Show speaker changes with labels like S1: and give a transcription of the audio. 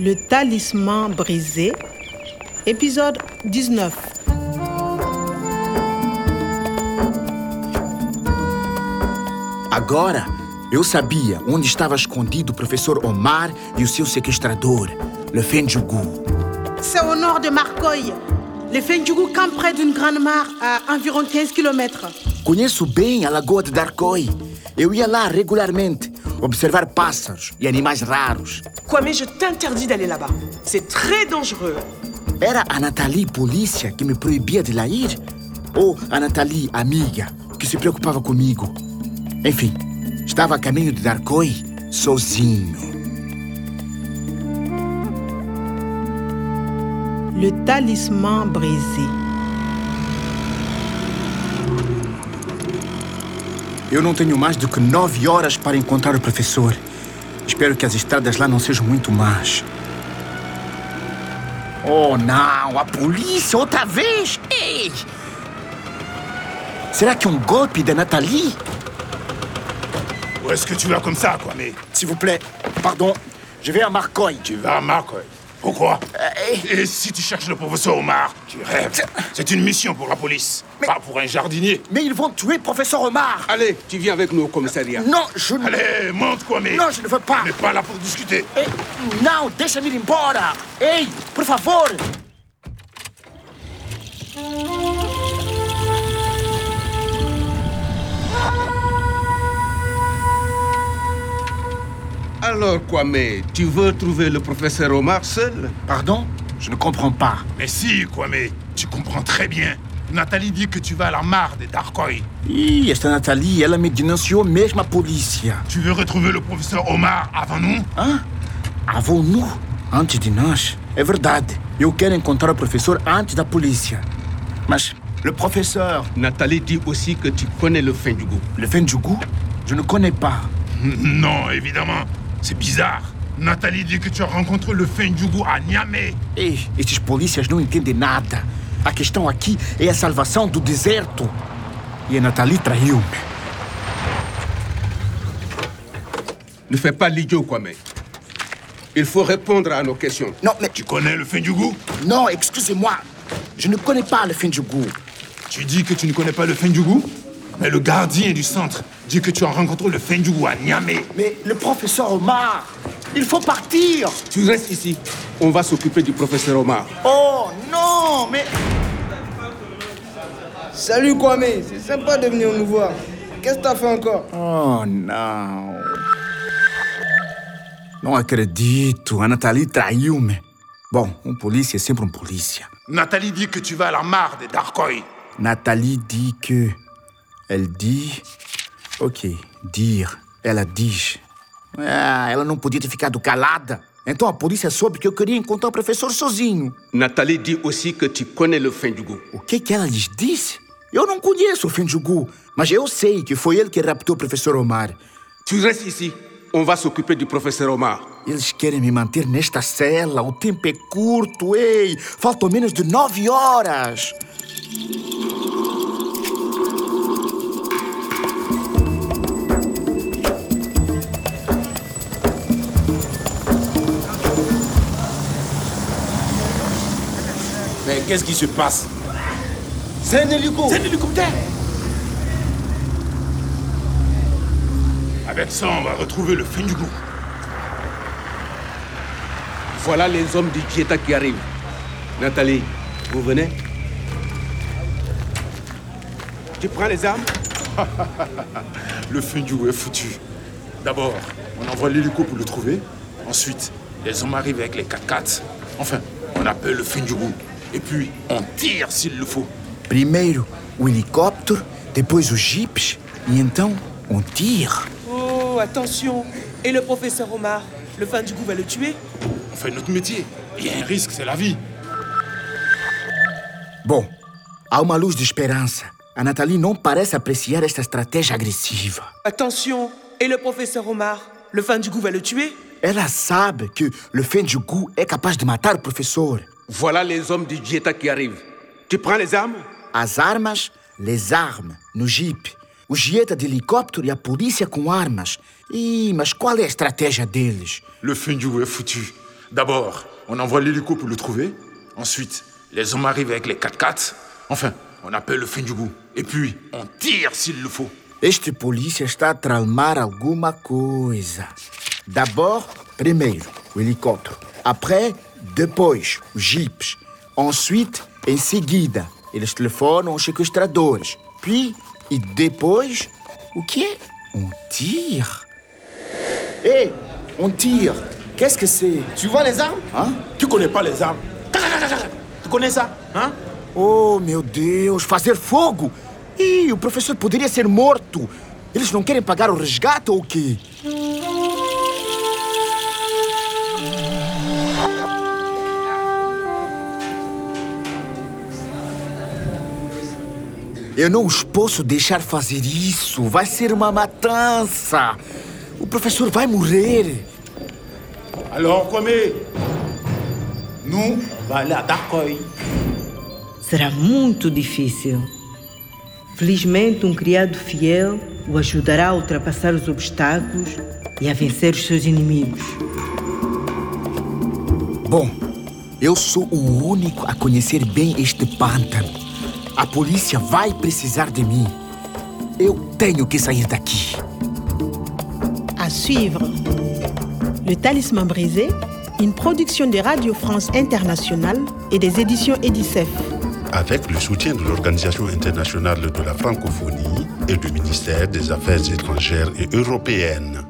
S1: Le talisman brisé, épisode 19.
S2: Agora, eu sabia onde estava escondido o professor Omar e o seu sequestrador, le Fendjugu.
S1: C'est au nord de Marcoy. Les Fendjougou campent près d'une grande mare à environ 15 km.
S2: Conheço bem a lagoa de Darkoi. Eu ia lá regularmente observar pássaros e animais raros.
S3: Kwame, je t'interdis d'aller là-bas. C'est très dangereux.
S2: Era a Nathalie polícia que me proibia de lá ir? Ou a Nathalie amiga que se preocupava comigo? Enfim, estava a caminho de Darkoi sozinho.
S1: Le talisman brisé.
S2: Eu não tenho mais do que nove horas para encontrar o professor. Espero que as estradas lá não sejam muito más. Oh, não! A polícia outra vez! Ei! Será que é um golpe da Nathalie?
S4: Où est-ce que tu vas comme ça, Kwame
S2: S'il vous plaît, pardon, je vais à Marcoy.
S4: Tu vas à Marcoy. Pourquoi
S2: Euh,
S4: Et si tu cherches le professeur Omar Tu rêves. C'est une mission pour la police, pas pour un jardinier.
S2: Mais ils vont tuer professeur Omar!
S5: Allez, tu viens avec nous au commissariat.
S2: Non, je ne.
S4: Allez, monte, Kwame
S2: Non, je ne veux pas.
S4: On n'est pas là pour discuter.
S2: Ei, não, deixa-me ir embora! Ei, por favor!
S5: Alors, Kwame, tu veux trouver le professeur Omar seul
S2: Pardon? Je ne comprends pas.
S4: Mais si, Kwame, tu comprends très bien. Nathalie dit que tu vas à la mare des Darkoi.
S2: Ih, esta Nathalie, ela me denunciou mesmo à polícia.
S4: Tu veux retrouver le professeur Omar avant nous
S2: Hã? Ah, vão nu? Antes de nós? É verdade. Eu quero encontrar o professor antes da polícia. Mas, le professeur,
S5: Nathalie dit aussi que tu connais le fin du goût.
S2: le Fendjugu, je ne connais pas.
S4: Non, évidemment. C'est bizarre. Nathalie dit que tu as rencontré le Fendjougou à Niamey.
S2: Ei, estes polícias não entendem nada. A questão aqui é a salvação do deserto. E a Nathalie traiu-me.
S5: Ne fais pas l'idiot, Kwame. Il faut répondre à nos questions.
S2: Não, mais...
S4: Tu connais le Fendjougou
S2: Non, excusez-moi. Je ne connais pas le Fendjugu.
S4: Tu dis que tu ne connais pas le Fendjougou Mais le gardien du centre dit que tu as rencontré le Fendjougou à Niamey.
S2: Mais le professeur Omar, il faut partir.
S5: Tu restes ici. On va s'occuper du professeur Omar.
S2: Oh non, mais...
S6: Salut Kwame, c'est sympa de venir nous voir. Qu'est-ce que t'as fait encore
S2: Oh não. Não acredito, a Nathalie traiu-me. Bom, um polícia é sempre um polícia.
S4: Nathalie dit que tu vas à la mare des Darkoi.
S2: Nathalie dit que... Elle dit... Ok, dire. Ela diz. Ah, ela não podia ter ficado calada. Então a polícia soube que eu queria encontrar o professor sozinho.
S5: Nathalie dit aussi que tu connais le fin du goût.
S2: O que que ela lhes disse? Eu não conheço o Fendjugu, mas eu sei que foi ele que raptou o professor Omar.
S5: Tu restes ici. On va s'occuper du professeur Omar.
S2: Eles querem me manter nesta cela. O tempo é curto, ei! Faltam menos de nove horas.
S7: Mais qu'est-ce qui se passe C'est un hélico C'est un hélicoptère
S4: Avec ça, on va retrouver le Fendjougou.
S5: Voilà les hommes du Dieta qui arrivent. Nathalie, vous venez Tu prends les armes
S4: Le Fendjougou est foutu. D'abord, on envoie l'hélico pour le trouver. Ensuite, les hommes arrivent avec les 4x4. Enfin, on appelle le Fendjougou. Et puis, on tire s'il le faut.
S2: Primeiro o helicóptero, depois os jipes e então um tiro.
S3: Oh, attention Et le professeur Omar Le fan du goût va le tuer
S4: On fait notre métier. Il y a un risque, c'est la vie.
S2: Bom, há uma luz de esperança. A Nathalie não parece apreciar esta estratégia agressiva.
S3: Attention Et le professeur Omar Le fan du goût va le tuer
S2: Ela sabe que Le Fendjugu é capaz de matar o professor.
S5: Voilà les hommes du Dieta qui arrivent. Tu prends les armes
S2: As armas, les armes, no jipe. O Gieta de helicóptero e a polícia com armas. Ih, mas qual é a estratégia deles?
S4: Le Fendjougou est foutu. D'abord, on envoie l'hélico pour le trouver. Ensuite, les hommes arrivent avec les 4x4. Enfin, on appelle le Finjugu. Et puis, on tire s'il le faut.
S2: Este polícia está a tramar alguma coisa. D'abord, primeiro, o helicóptero. Après, depois, os jipes. Ensuite, em seguida, eles telefonam os sequestradores. Puis, e depois, o quê? Um tiro? Ei, um tiro. Qu'est-ce que c'est?
S7: Tu vois les armes
S2: Hein
S7: Tu connais pas les armes. Tu connais ça hein
S2: Oh, meu Deus, fazer fogo! Ih, o professor poderia ser morto! Eles não querem pagar o resgate ou o quê? Eu não os posso deixar fazer isso. Vai ser uma matança. O professor vai morrer.
S7: Alors, Kwame, nous, on va aller à Darkoy.
S8: Será muito difícil. Felizmente, um criado fiel o ajudará a ultrapassar os obstáculos e a vencer os seus inimigos.
S2: Bom, eu sou o único a conhecer bem este pântano. A polícia vai precisar de mim. Eu tenho que sair daqui.
S9: À suivre. Le Talisman brisé, une production de Radio France Internationale et des éditions Edicef.
S10: Avec le soutien de l'Organisation internationale de la francophonie et du ministère des Affaires étrangères et européennes.